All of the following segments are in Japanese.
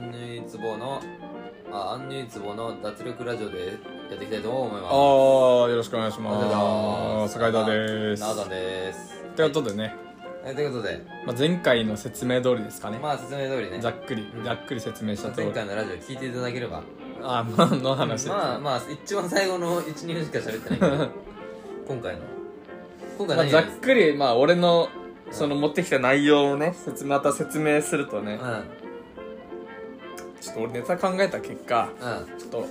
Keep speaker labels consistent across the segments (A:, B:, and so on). A: 壺のあアンニュイ壺の脱力ラジオでやっていきたいと思います
B: あーよろしくお願いし
A: おはようござい
B: ま
A: ますす
B: 坂井田です
A: なおさんです
B: ということでね、
A: はいということで
B: まあ、前回の説明通りですかね、
A: まあ説明通りね
B: ざっくりざっくり説明した通り
A: 前回のラジオ聞いていただければ
B: あまあの話です、
A: まあまあ一番最後の12分しか喋ってないけ ど今回の今回
B: まあ
A: 何
B: ざ
A: や
B: っ
A: るんです
B: くりまあ俺のその持ってきた内容をね説また説明するとね
A: か
B: ちょっと俺ネタ考えた結果
A: うんうん
B: ちょっと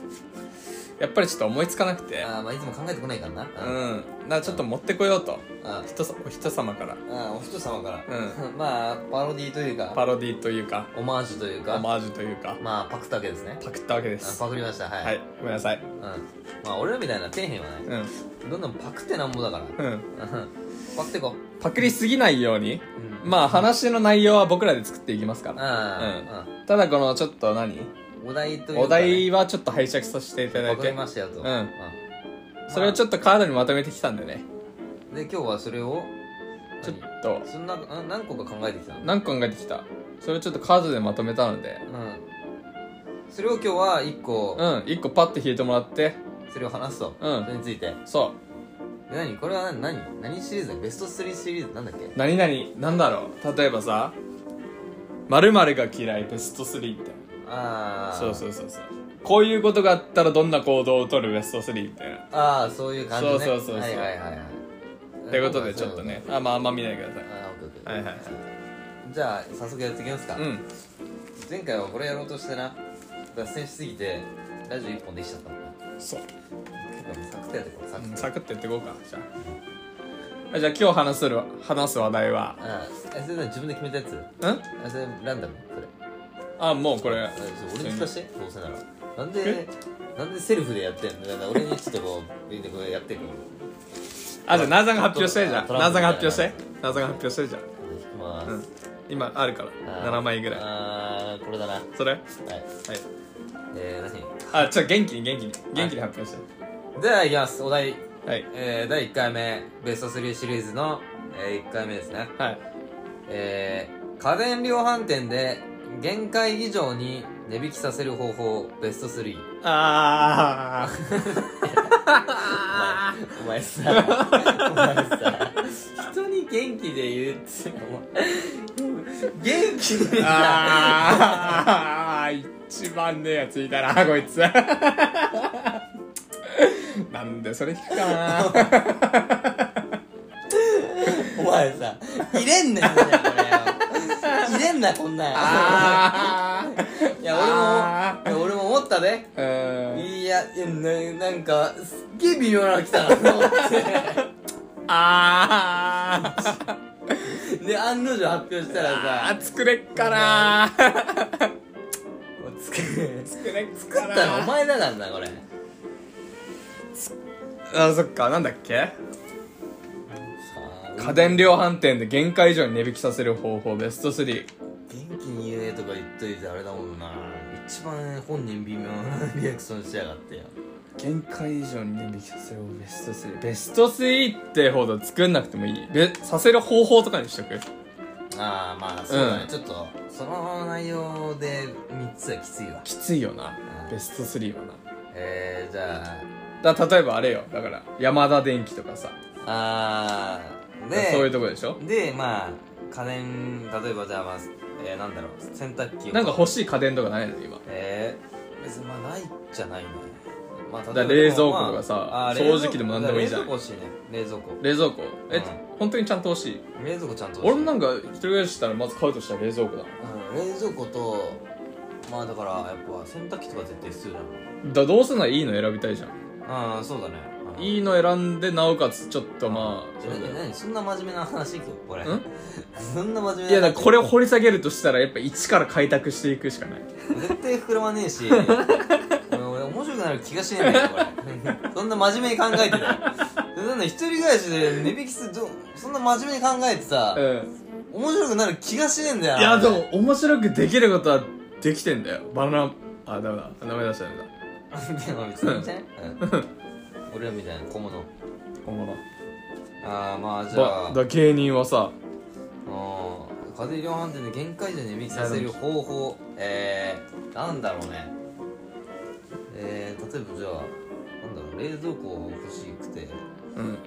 B: やっぱりちょっと思いつかなくて
A: あーまあいつも考えてこないからな
B: う
A: うん
B: んだからちょっと持ってこようと
A: うん
B: 人さお人様から
A: うんお人様から
B: う
A: まあパロディというか
B: パロディというか
A: オマージュという
B: オ
A: か
B: マージュというか
A: まあパクったわけですね
B: パクったわけで
A: あ
B: す
A: パクりましたはい、
B: はいごめんなさい
A: うん、まあ俺らみたいな底辺はね
B: うん
A: どんどんパクってなんぼだから
B: うん
A: パクってこ
B: パクリすぎないように
A: う、うん、
B: まあ話の内容は僕らで作っていきますから
A: あ、
B: ただこのちょっと何
A: うんお題というか、ね、
B: お題はちょっと拝借させていただ
A: パ
B: い
A: クり
B: て
A: ましたよと、
B: うんそれをちょっとカードにまとめてきたんでね
A: うんで今日はそれを
B: ちょっと
A: 何そんなあ何個か考えてきたの
B: 何個考えてきたそれをちょっとカードでまとめたので
A: うんそれを今日は1個、
B: うん1個パッて引いてもらって
A: それを話すと、
B: うん
A: それについて
B: そ
A: で何これは何何何シリーズだベスト3シリーズなんだっけ
B: う何々なんだろう例えばさ〇〇が嫌いベスト3って
A: ああ
B: そうそうそうそうこういうことがあったらどんな行動をとるベスト3みたいな
A: ああそういう感じね
B: そうそうそうそう
A: はいはいはいはい
B: ということでちょっとねあまああんま見ないでください
A: あオッケーオッケー
B: はいはいはい
A: じゃあ早速やっていきますか、
B: うん
A: 前回はこれやろうとしてな脱線しすぎてラジオ1本できちゃった
B: そう
A: 結構サクッとやってこれサクッと、
B: サクッとやっていこうかじゃあじゃあ今日話する話す話題は
A: ああえそれ何自分で決めたやつ
B: ん
A: あそれランダムそれ
B: あもうこれ
A: あそう俺に聞かせてどうせならなんでなんでセルフでやってんのだから俺にちょっとこうみんなこうやってくる
B: あじゃあナーザンが発表してじゃあ
A: トラ
B: ナ
A: ンプ
B: ーザン
A: み
B: が
A: たいな
B: 発表してナーザンが発表してじゃ
A: 引きま
B: あ、
A: す、
B: うん、今あるから
A: あ
B: 7枚ぐらい
A: あーこれだなはい
B: それはい
A: えー、
B: あちょっと元気に元気に元気に発表して
A: 何ではいきますお題
B: はい
A: えー、第1回目ベスト3シリーズの、え1回目ですね
B: はい
A: えー、家電量販店で限界以上に値引きさせる方法ベスト3
B: あ ー
A: お前お前さお前さ人に元気で言うってお前元気でさ
B: あー一番ねえやついたなこいつ なんでそれ引く かな
A: お前さ入れんねんこれよ入れんなこんなん
B: あー
A: いや
B: あ
A: 俺もいや俺も思ったで
B: うーん
A: いやいやななんかすっげえ微妙なの来たなと思って
B: あー
A: で案の定発表したら
B: あ
A: さ
B: ー作れっかな
A: もう作る
B: 作れっか
A: 作ったのお前だからなこれ
B: あそっかなんだっけ家電量販店で限界以上に値引きさせる方法ベスト3
A: 元気に言えとか言っといてあれだもんな一番本人微妙なリアクションしやがってよ
B: 限界以上に値引きさせる方法ベスト3ベスト3ってほど作んなくてもいいべさせる方法とかにしとく
A: ああまあそうだね、
B: うん
A: ちょっとその内容で3つはきついわ
B: きついよな
A: うん
B: ベスト3は
A: えー、じゃ
B: なだ例えばあれよだからヤマダ電機とかさ
A: ああーで
B: そういうとこでしょ
A: でまあ家電例えばじゃあまあ、えー、なんだろう洗濯機を
B: なんか欲しい家電とかないの今
A: えー、別にまあないじゃないねまあ、
B: だから冷蔵庫とかさ掃除機でもなんでもいいじゃん
A: ん冷蔵庫欲しいね冷蔵庫
B: 冷蔵庫え、
A: うん
B: 本当にちゃんと欲しい
A: 冷蔵庫ちゃんと欲しい
B: 俺もなんか一人暮らししたらまず買うとしたら冷蔵庫だ
A: うん冷蔵庫とまあだからやっぱ洗濯機とか絶対必要だ
B: だどうせならいいの選びたいじゃん
A: なうんそうだねい
B: いいの選んでなおかつちょっとまあそうだ
A: 何
B: よ
A: 何そんな真面目な話今日これ
B: ん
A: そんな真面目ない
B: やだからこれを掘り下げるとしたらやっぱ一から開拓していくしかない
A: 絶対膨らまねえし俺俺面白くなる気がしねえんだよこれ そんな真面目に考えてたよそんなの一人暮らしで値引きするどそんな真面目に考えてさ、
B: うん
A: 面白くなる気がしねえんだよ
B: いやでも面白くできることはできてんだよバナナあダメだダメ出したダメだ
A: でも別にね、うん、俺らみたいな小物
B: 本物
A: ああまあじゃあ
B: ばだ芸人はさ
A: あー家庭量販店で限界値で値引きさせる方法えなんだろうねえー、例えばじゃあなんだろう冷蔵庫欲しくてで
B: うん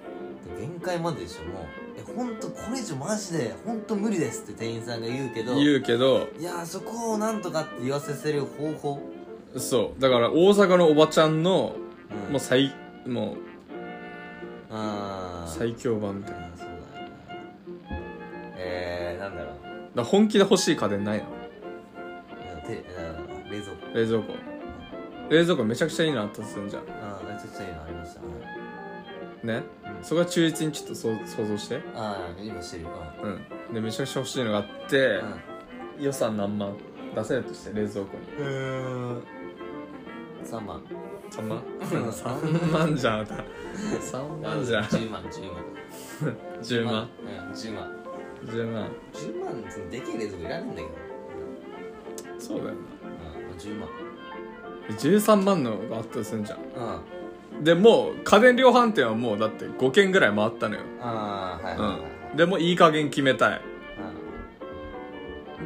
A: 限界まででしょもう「え本当これ以上マジで本当無理です」って店員さんが言うけど
B: 言うけど
A: いやーそこをなんとかって言わせせる方法、
B: そうだから大阪のおばちゃんの
A: うん、
B: もう最もう
A: あー
B: 最強版み
A: あ
B: たいなだか
A: ーそうだよねえー、なんだろう
B: ら本気で欲しい家電ないの
A: うんテレうん冷蔵庫
B: 冷蔵庫冷蔵庫めちゃくちゃいいのあったとするじゃん
A: ああちょっといいのありましたはい
B: ね
A: うん
B: そこは忠実にちょっとそう想像して
A: ああ今してるうん
B: うんでめちゃくちゃ欲しいのがあって、予算何万出せるとして冷蔵庫に
A: うん3万
B: 3万 ?3 万じゃんあなた3万じゃん
A: 10万10万
B: 10万
A: うん10万
B: 10万
A: 10万そのでけえ冷蔵庫いらねえんだけど
B: そうだよ
A: うん10万
B: な13万のがあったとするじゃん
A: うん
B: でもう家電量販店はもうだって5軒ぐらい回ったのよ
A: ああはいはいはいはい
B: うんでもういい加減決めたい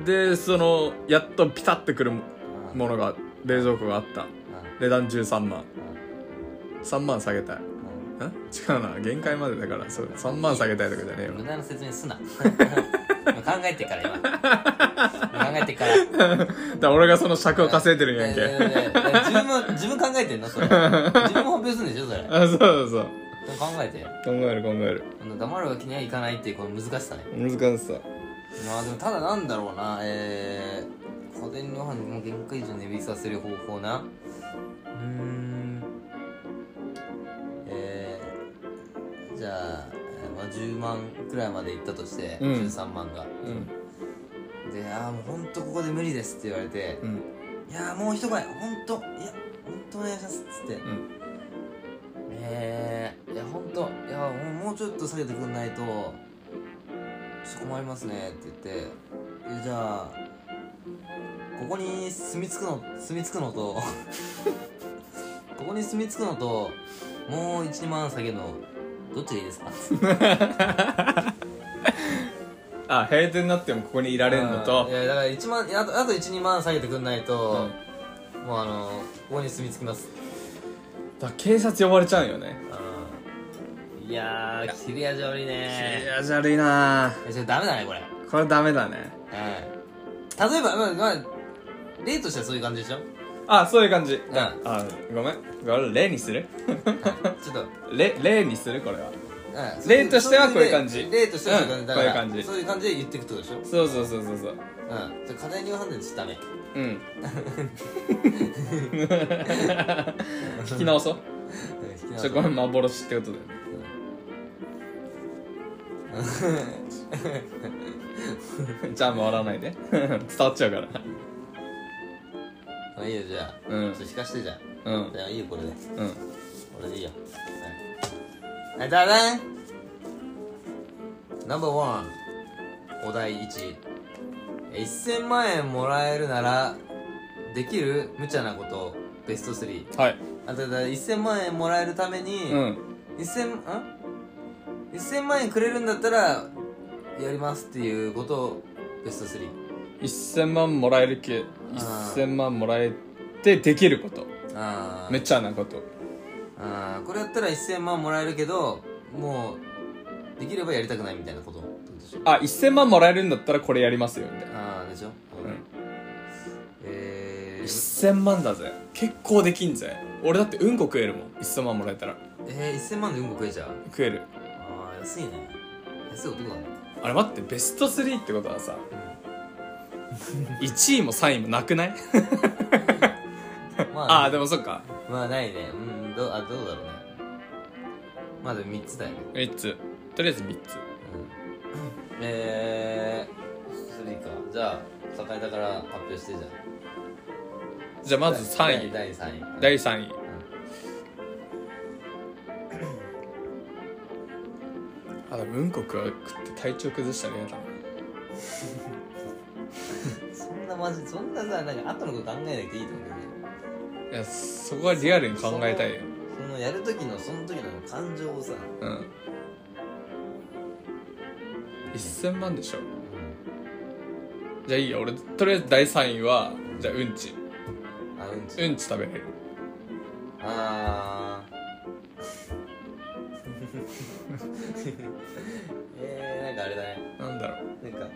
B: でそのやっとピタッてくる
A: う
B: も
A: んうん
B: ものが冷蔵庫があった値段13万3万下げたい
A: うんうん
B: ん違うな限界までだからそう3万下げたいとかじゃねえよ
A: 無駄な説明すな 考えてから今考えてから
B: だから俺がその尺を稼いでるんやん
A: いやい
B: け
A: やいや自分も自分考えてんの それ自分も発表するんでしょそれでも
B: あそうそうそう
A: 考えてよ
B: 考える考える
A: あの黙るわけにはいかないっていうこの難しさね
B: 難しさ
A: まあでもただなんだろうなえー、家電量販店も限界以上値引きさせる方法なうーんえー、じゃあ、えーまあ、10万くらいまでいったとして、
B: うん
A: 13万が
B: うん
A: で「ああもうほんとここで無理です」って言われて
B: うん
A: 「いやーもう一声ほんといやほんとお願いします」っつって「
B: ん
A: えー、いやほんといやもうもうちょっと下げてくんないとちょっと困りますね」って言ってえ「じゃあここに住み着くの住み着くの とここに住み着くのともう1万下げるのどっちがいいですか?」
B: あ閉店になってもここにいられんの
A: う
B: と
A: んいやだから1万あとあと12万下げてくんないと、もうあのここに住み着きます
B: だ警察呼ばれちゃうよね
A: いやー切れ味悪いね
B: やじゃ悪いな
A: えちょダメだねこれ、うん、
B: これダメだね
A: 例えばまあまあ例としてはそういう感じでしょ、
B: あそういう感じ、
A: ん
B: あごめんこれ例にする
A: ちょっと
B: 例例にするこれ
A: う
B: は
A: んそう
B: 例としてはこういう感じ
A: そうう例としてはそういう感じ、
B: うん
A: だから
B: こういう感じ
A: そういう感じで言っていくってことでしょ
B: そうそうそうそうそう
A: うんじゃあ家電量販店ちょっとダメ
B: うん 聞き直そう ちょこれ幻ってことだよねじゃあ回らないで伝わっちゃうから
A: まあいいよじゃあ
B: うん
A: ちょっと引かしてじゃあ
B: うん
A: じゃあいいよこれで
B: うん
A: これでいいよはい、はい、ダダンナンバーワンお題1え1000万円もらえるならできる無茶なことベスト3
B: はい
A: あとだ1000万円もらえるために、
B: うん
A: 1000ん1000万円くれるんだったらやりますっていうことをベスト3
B: 1000万もらえるけ
A: あー
B: 1000万もらえてできること
A: あー
B: めっちゃなこと
A: あーこれやったら1000万もらえるけどもうできればやりたくないみたいなことってことでしょ
B: あ1000万もらえるんだったらこれやりますよみたいな
A: ああでしょ、う
B: うんん、
A: えー、
B: 1000万だぜ結構できんぜ俺だってうんこ食えるもん1000万もらえたら
A: えー、1000万でうんこ食えちゃう
B: 食える
A: ああ安いね安い 男だね
B: あれ待ってベスト3ってことはさ1位も3位もなくない
A: ま
B: あ
A: あ
B: あでもそっか
A: まあないねうんどうあどうだろうねまあでも3つだよね、
B: 3つとりあえず3
A: う
B: つ
A: ん、えー、それいいかじゃあ栄えたから発表してじゃ
B: じゃあ
A: あ
B: まず3位
A: 第3位
B: 第3位あでもうんこ食う食って体調崩したら嫌だな
A: そんなマジそんなさなんか後のこと考えなくていいと思うけどね
B: いやそこはリアルに考えたいよ
A: そのやる時のその時の感情をさ、
B: うん1000万でしょじゃあいいよ俺とりあえず第3位はじゃあうんち
A: うんあうんち、
B: うんち食べれる
A: ああえー、なんかあれだね
B: なんだろう
A: なんか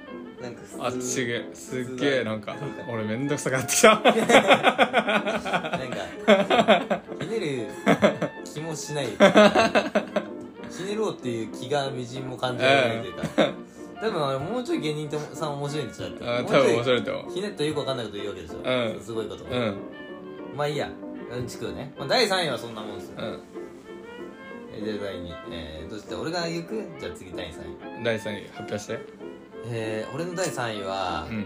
A: なんか普通
B: あっちげえすっげえなんか
A: なんか
B: 俺めんどくさくなってき た
A: なんかひねる気もしないひねろうっていう気がみじんも感じられないというか、多分あれもうちょい芸人とさん面白いんでしょだって
B: あ多
A: もうちょ
B: 分面白いと思
A: ひねったよくわかんないこと言うわけでしょ、
B: うん
A: すごいこと、
B: ううん
A: まあいいやうんちくうね、まあ、第3位はそんなもんですよ、
B: う
A: えーじゃあ第2位、えー、どうして俺が行くじゃあ次第3位
B: ん第3位発表して
A: えー、俺の第3位は、
B: うん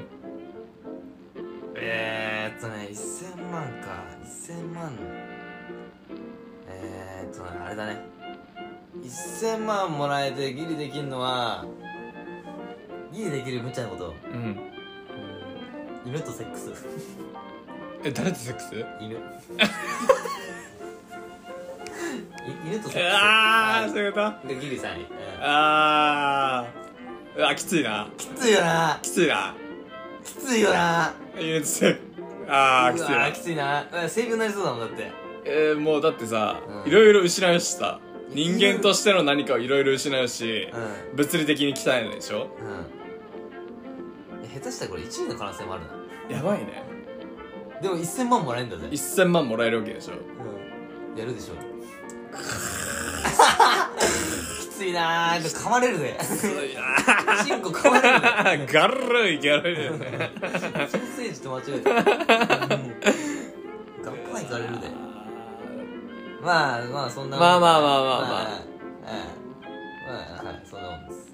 A: えーっとね1000万か1000万えーっとねあれだね1000万もらえてギリできるのはギリできる無茶なこと
B: うん
A: 犬とセックス
B: え誰とセックス
A: 犬 い犬とセックス
B: ああ
A: は
B: そういうこと
A: いでギリさんに、うん
B: あーうわきついな
A: きついよな
B: きついな
A: きついよな
B: えーああきついう
A: わ
B: な
A: ーきついなうん性病になりそうだもんだって
B: えー、もうだってさ、
A: うん
B: いろいろ失うしさ
A: い
B: 人
A: ろいろ
B: 間としての何かをいろいろ失うし、
A: う
B: 物理的に鍛えないでしょ
A: んうんいや下手したらこれ1位の可能性もあるな
B: やばいね
A: でも1000万もらえんだぜ
B: 1000万もらえるわけでしょ
A: うんやるで しょきついなー噛まれる ぜチンコ噛まれるぜ
B: ガルいギャルいよね
A: ソーセージと間違えたうんガッパンいかれるでまあまあそんなもん
B: まあまあまあまあまあ
A: まあまあはいそんなもんです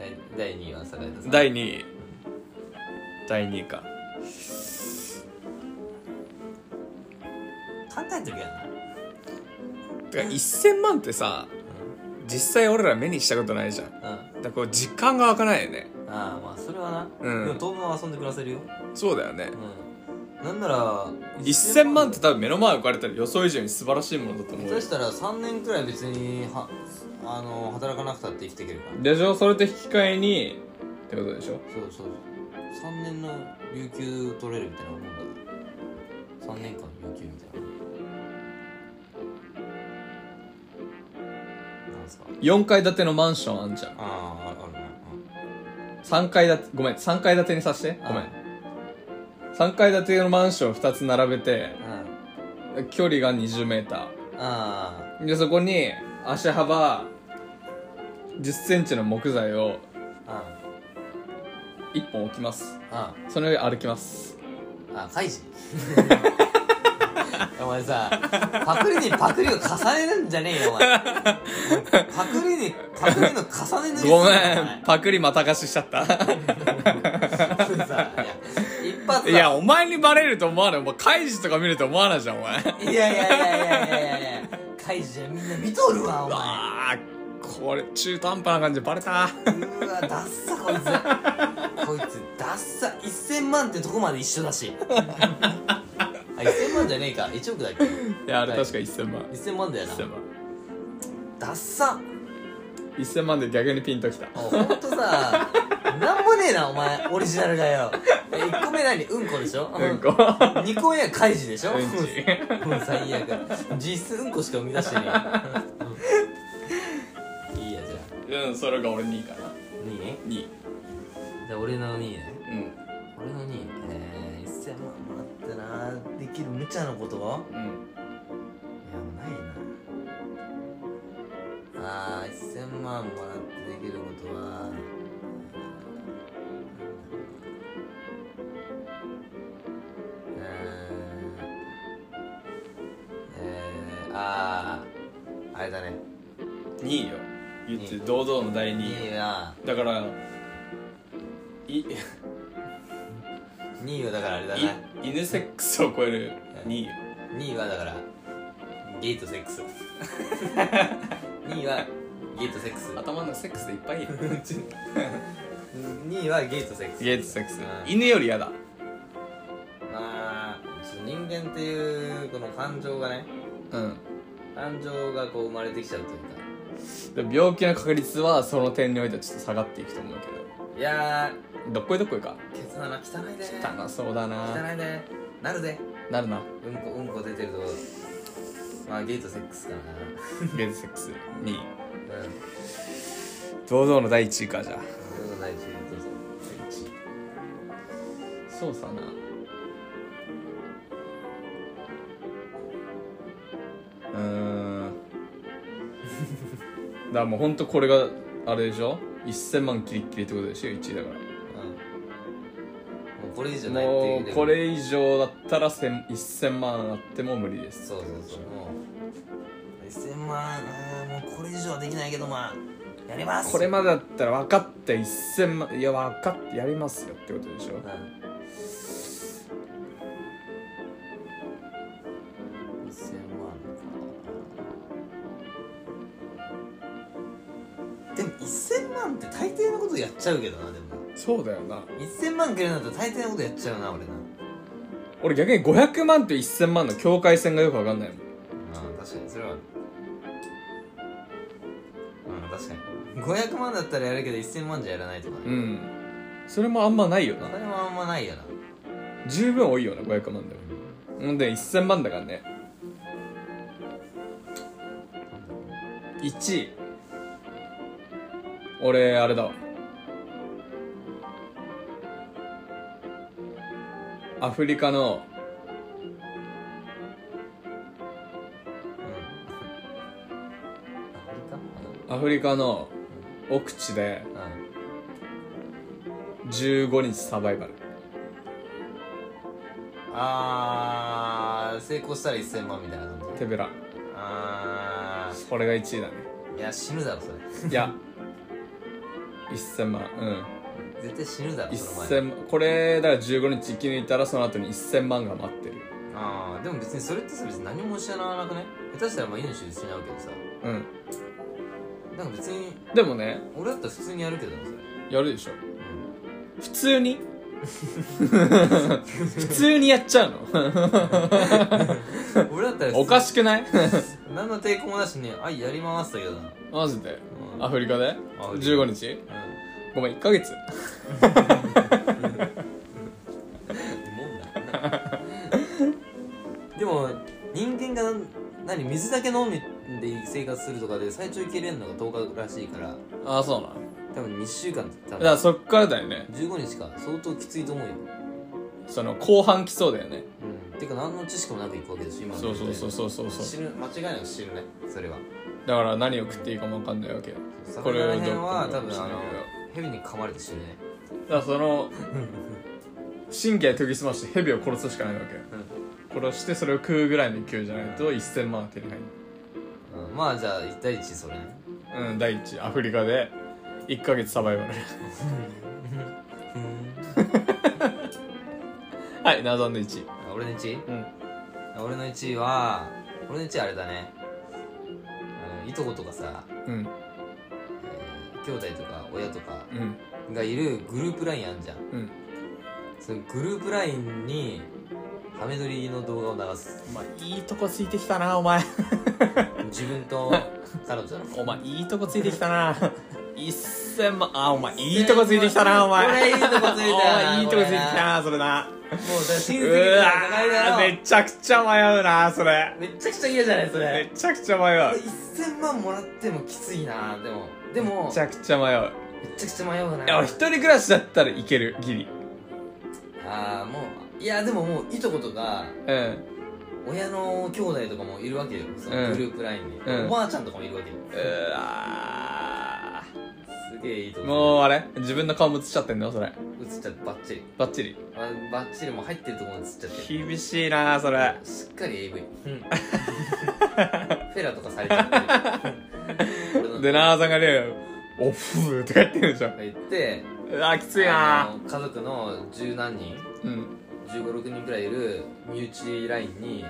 A: はい第2位は坂井田さん
B: 第2位第2位か
A: 考えてるやんな
B: てか1000万ってさ実際俺ら目にしたことないじゃんだか
A: うんあ
B: らこう実感が湧かないよね
A: あまあそれはな、
B: うん
A: でも当分は遊んで暮らせるよ
B: そうだよね
A: うんなんなら
B: 1000万って多分目の前に置かれたら予想以上に素晴らしいものだと思う
A: 下
B: よ
A: 手したら3年くらい別にはあの働かなくたって生きていけるから
B: でしょそれと引き換えにってことでし
A: そ
B: ょ
A: うそう3年の有給取れるみたいなもんだから3年間の有給みたいななんすか
B: 4階建てのマンションあんじゃん
A: あああるね
B: 3階建てごめん3階建てにさしてごめん3階建てのマンション2つ並べて
A: うんうん
B: 距離が 20m
A: あ
B: でそこに足幅1 0ンチの木材を
A: ーあ
B: 1本置きます
A: ああ
B: その上歩きます
A: あカイジ お前さパクリにパクリを重ねるんじゃねえよお前パクリにパクリの重ね塗りする
B: ごめ
A: お前
B: んパクリまた貸ししちゃった
A: さいや一発だ
B: いやお前にバレると思わないお前カイジとか見ると思わないじゃんお前
A: いやいやいやいやいやいやいやカイジみんな見とるわお前
B: あーこれ中途半端な感じでバレた
A: うわダッサこいつこいつダッサ1000万ってとこまで一緒だしあ1000万じゃねえか1億だっけ
B: いやあれ確か1000万
A: 1000万だよな
B: 1000万
A: ダッサ
B: 1000万で逆にピンときた
A: ほんとさなんもねえなお前オリジナルがよ1個目何うんこでしょ
B: うんこ
A: 2個目はカイジでしょ
B: うんち
A: もう最悪実質うんこしか生み出してねえいいやじゃ
B: うんそれが俺2位かな
A: あ2位ね
B: 2位
A: じゃあ俺の2位ね
B: うん
A: 俺の2位えー、1000万もらってなできる無茶なことは
B: うん
A: いやもうないなあー1000万もらってできることはうーんえー、あーあれだね
B: 2位よ言って堂々の第2位
A: 2位は
B: だからいい
A: 2位はだからあれだな
B: 犬セックスを超える2位よ
A: 2位はだからゲイとセック ス2位はゲイとセックス
B: 頭の中セックスでいっぱいよ
A: 2位はゲイとセックス
B: ゲートセックス
A: うん
B: 犬より嫌だ
A: まあちょっと人間っていうこの感情がね
B: うん
A: 感情がこう生まれてきちゃうというか
B: でも病気の確率はその点においてはちょっと下がっていくと思う
A: いや
B: けどどっこいどっこいか
A: ーケツ穴汚いで
B: 汚そうだな
A: 汚いでなるで
B: なる
A: う
B: な
A: んこうんこ出てるとこまあゲイとセックスかな
B: ゲーズセックス2
A: うん
B: 位
A: うん
B: 堂々の第1位かじゃあ
A: そんなことないしどうぞ第一
B: そうさなう ーんだからもうほんとこれがあれでしょ1000万キリッキリってことでしょ1位だか
A: う
B: ら
A: んもうこれ以上ないっていう
B: も
A: レベ
B: う
A: ル
B: これ以上だったら1000 1000万あっても無理です
A: そうそうそうもう1000万うんもうこれ以上はできないけどまあやります
B: これまでだったら分かって1000万いや分かってやりますよってことでしょ
A: うん1000万かでも1000万って大抵のことやっちゃうけどなでも
B: そうだよな
A: 1000万くれるんだったら大抵のことやっちゃうな俺な
B: 俺逆に500万と1000万の境界線がよく分かんないもん
A: ああ確かにそれはうん確かに500万だったらやるけど1000万じゃやらないとか
B: う
A: ね
B: んそれもあんまないよな
A: それもあんまないやな
B: 十分多いよな500万だよほんで1000万だからね1位俺あれだわアフリカの
A: うんアフリカ
B: アフリカの奥地で
A: うん
B: 15日サバイバル
A: あー成功したら1000万みたいな感じ
B: 手ぶら
A: あ
B: これが1位だね
A: ーいや死ぬだろそれ
B: いや1000万うん
A: 絶対死ぬだろその前
B: 1000万これだから15日生き抜いたらその後に1000万が待ってる
A: あーでも別にそれってさ別に何も失わなくね下手したらまあ命失うけどさ
B: うん
A: なんか別に
B: でもね
A: 俺だったら普通にやるけどなそれ
B: やるでしょ
A: うん
B: 普通に 普通にやっちゃうの
A: 俺だったら
B: おかしくない
A: 何の抵抗もなしに「あいやります」だけどな、
B: マジで
A: うん
B: アフリカで
A: アフリカ
B: 15日ごめん1ヶ月
A: でも人間が何水だけ飲んで生活するとかで最長いけれんのが10日らしいから
B: ああそうな
A: 多分2週間って多
B: だか
A: 分
B: らそっからだよね
A: 15日か相当きついと思うよ、
B: その後半来そうだよね
A: うん、てか何の知識もなくいくわけでしょ今の
B: そうそうそう
A: う
B: そうそうそう
A: 死ぬ間違いなく死ぬねそれは
B: だから何を食っていいかもわかんないわけよ
A: これ
B: を
A: ら
B: どう
A: 辺は多
B: こうかもし
A: 分
B: れ
A: あ
B: ない
A: の
B: けど
A: 蛇に噛まれて死ぬね
B: だからその神経研ぎ澄まして蛇を殺すしかないわけよ、殺してそれを食うぐらいの勢いじゃないと1000万は手に入る
A: うんまあじゃあ第一それね
B: うん第一アフリカで1ヶ月サバイバルはい謎の1位
A: あ俺の1位
B: うん
A: 俺の1位は俺の1位あれだねあのいとことかさ、
B: うん
A: えー兄弟とか親とか
B: うん
A: がいるグループラインあんじゃん
B: うん
A: そのグループラインにハメ撮りの動画を流す
B: お前いいとこついてきたなお前
A: 自分と彼女の
B: お前いいとこついてきたな1000万あお前いいとこついてきたなお前
A: これいいとこついたな
B: お前いいとこついてきたなそれな
A: もうだ親
B: う
A: 戚の
B: わ
A: 戦いだ
B: ー
A: ろ
B: めちゃくちゃ迷うなそれ
A: めっちゃくちゃ嫌じゃないそ
B: め
A: れ
B: ちゃくちゃ迷う
A: 1000万もらってもきついなでもでもめ
B: め
A: っ
B: ち
A: ちゃ
B: ゃくちゃ迷う
A: くちゃ迷うない
B: や俺一人暮らしだったらいけるギリ
A: ああもういやでももういとことか
B: うん
A: 親の兄弟とかもいるわけよその
B: うん
A: グループラインに、
B: うん
A: おばあちゃんとかもいるわけよ
B: うわ
A: すげえいいと
B: ー
A: こ
B: もうあれ自分の顔も映っちゃってんのそれ
A: 映っちゃってバッチリ
B: バッチリ
A: あバッチリもう入ってるとこも映っちゃってる
B: 厳しいなそれ
A: しっかり AV うん フェラとかされちゃってる
B: でなーさんがね「おっふー」とか言ってるでしょ
A: 言って
B: うわーきついな
A: あの家族の十何人
B: ーうん
A: 1 5 6人くらいいる身内ラインに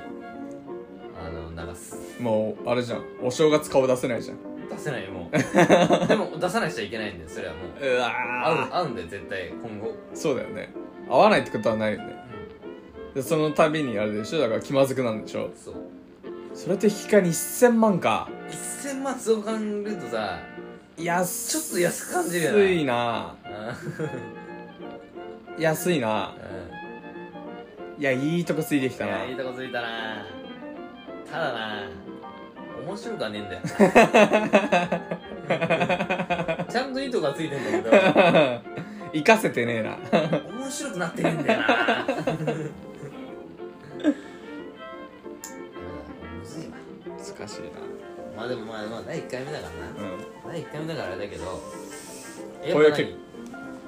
A: あの流す
B: もうあれじゃんお正月顔出せないじゃん
A: 出せないよもうでも出さなくちゃいけないんだよそれはもう合
B: う
A: う
B: わ
A: 合うんだよ絶対今後
B: ーそうだよね合わないってことはないよねでその度にあれでしょだから気まずくなるんでしょ
A: そう
B: それと引き換えに1000万か
A: 1000万そう考えるとさ
B: いやち
A: ょっと安く感じるよな
B: 安
A: う
B: いな
A: ん
B: 安いないやいいとこついてきた
A: い
B: な
A: やいいとこついたなただな面白くはねえんだよな ちゃんといいとこはついてんだけ
B: 生かせてねえな
A: ど面白くなってねえんだよな やべえなむずいな
B: 難しい
A: まあでもまあまあ第1回目だからな
B: なうん
A: 第1回目だからあれだけどや
B: こういう
A: っぱ
B: け
A: 何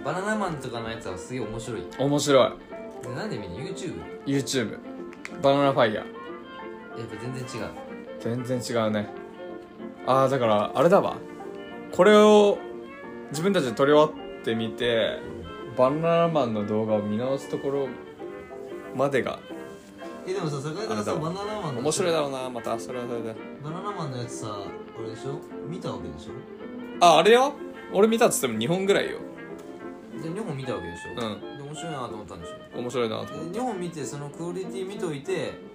A: バナナマンとかのやつはすげえ面白い
B: 面白い
A: でなんで見んの YouTube?
B: YouTube バナナファイヤー
A: やっぱ全然違う
B: 全然違うねああだからあれだわこれを自分たちで撮り終わってみてバナナマンの動画を見直すところまでが
A: えでもさそれから
B: あ
A: さ
B: れだ
A: バ
B: わ
A: ナナマンの
B: 面白いだろうなまたそれはそれで
A: バナナマンのやつさあれでしょ見たわけでしょ
B: ああれよ俺見たっつっても2本ぐらいよ
A: で2本見たわけでしょ
B: う
A: で面白いなと思ったんでしょ
B: 面白いなと
A: で2本見てそのクオリティ見といて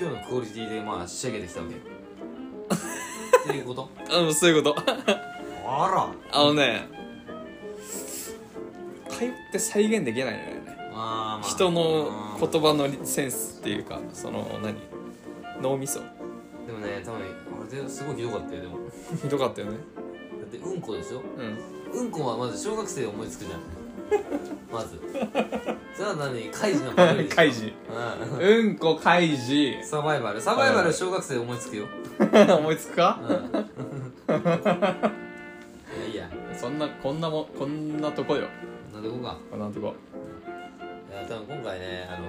A: 今日のクオリティでまあ仕上げてき たわけよっていうこと
B: あのそういうこと
A: あら
B: あのね会話って再現できないのよね
A: まあまあ
B: 人
A: う
B: の
A: ん
B: 言葉のセンスっていうかその何脳み そ
A: でもね多分あれですごいひどかったよでもだ
B: ひどかったよね
A: ってうんこでしょ
B: うん
A: うんこはまず小学生思いつくじゃん まずそれは何カイジのパクリでしょ
B: カイジ
A: うん
B: うんこカイジ
A: サバイバルサバイバル小学生思いつくよ
B: 思いつく
A: う
B: か
A: んいやいいや
B: そんなこんなもんこんなとこよ
A: なんでこうか
B: こんなとこ
A: いや多分今回ねあの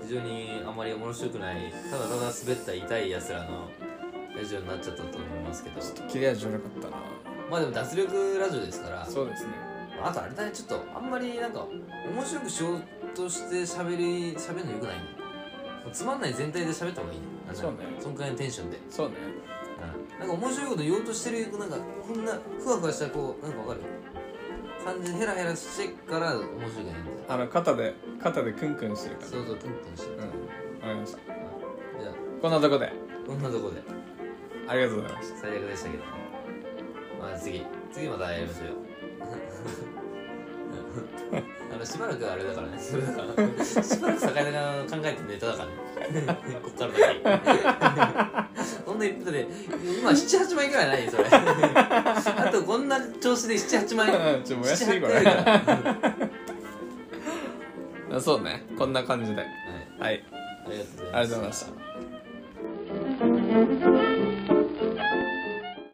A: 非常にあまり面白くないただただ滑った痛いやつらのラジオになっちゃったと思いますけど
B: 切れ味悪かったな
A: まあでも脱力ラジオですから
B: そうですね
A: あとあれだねちょっとあんまりなんか面白くしようとして喋り喋るのよくないねつまんない全体で喋った方がいいねなんか
B: そうね
A: そんくらいのテンションで、
B: そうね
A: うんなんか面白いこと言おうとしてるなんかこんなふわふわしたこうなんかわかる感じヘラヘラしてから面白くないんだよ
B: あの肩で肩でクンクンしてるか
A: そうそうプンプンしてる
B: らうんわかりました
A: じゃあ
B: こんなとこで
A: こんなとこで
B: ありがとうございま し
A: 最悪でしたけどまあ次次またやりましょうよあのしばらくあれだからねそれだからしばらく坂井が考えてるネタだからねこっからだけそんな言ってたで今78枚ぐらいないそれあとこんな調子で78枚
B: たうんちょもやしていいこ
A: 78回あ
B: れ
A: るからはい
B: そうねこんな感じで
A: あ
B: はい
A: りがとうございます
B: ありがとうございました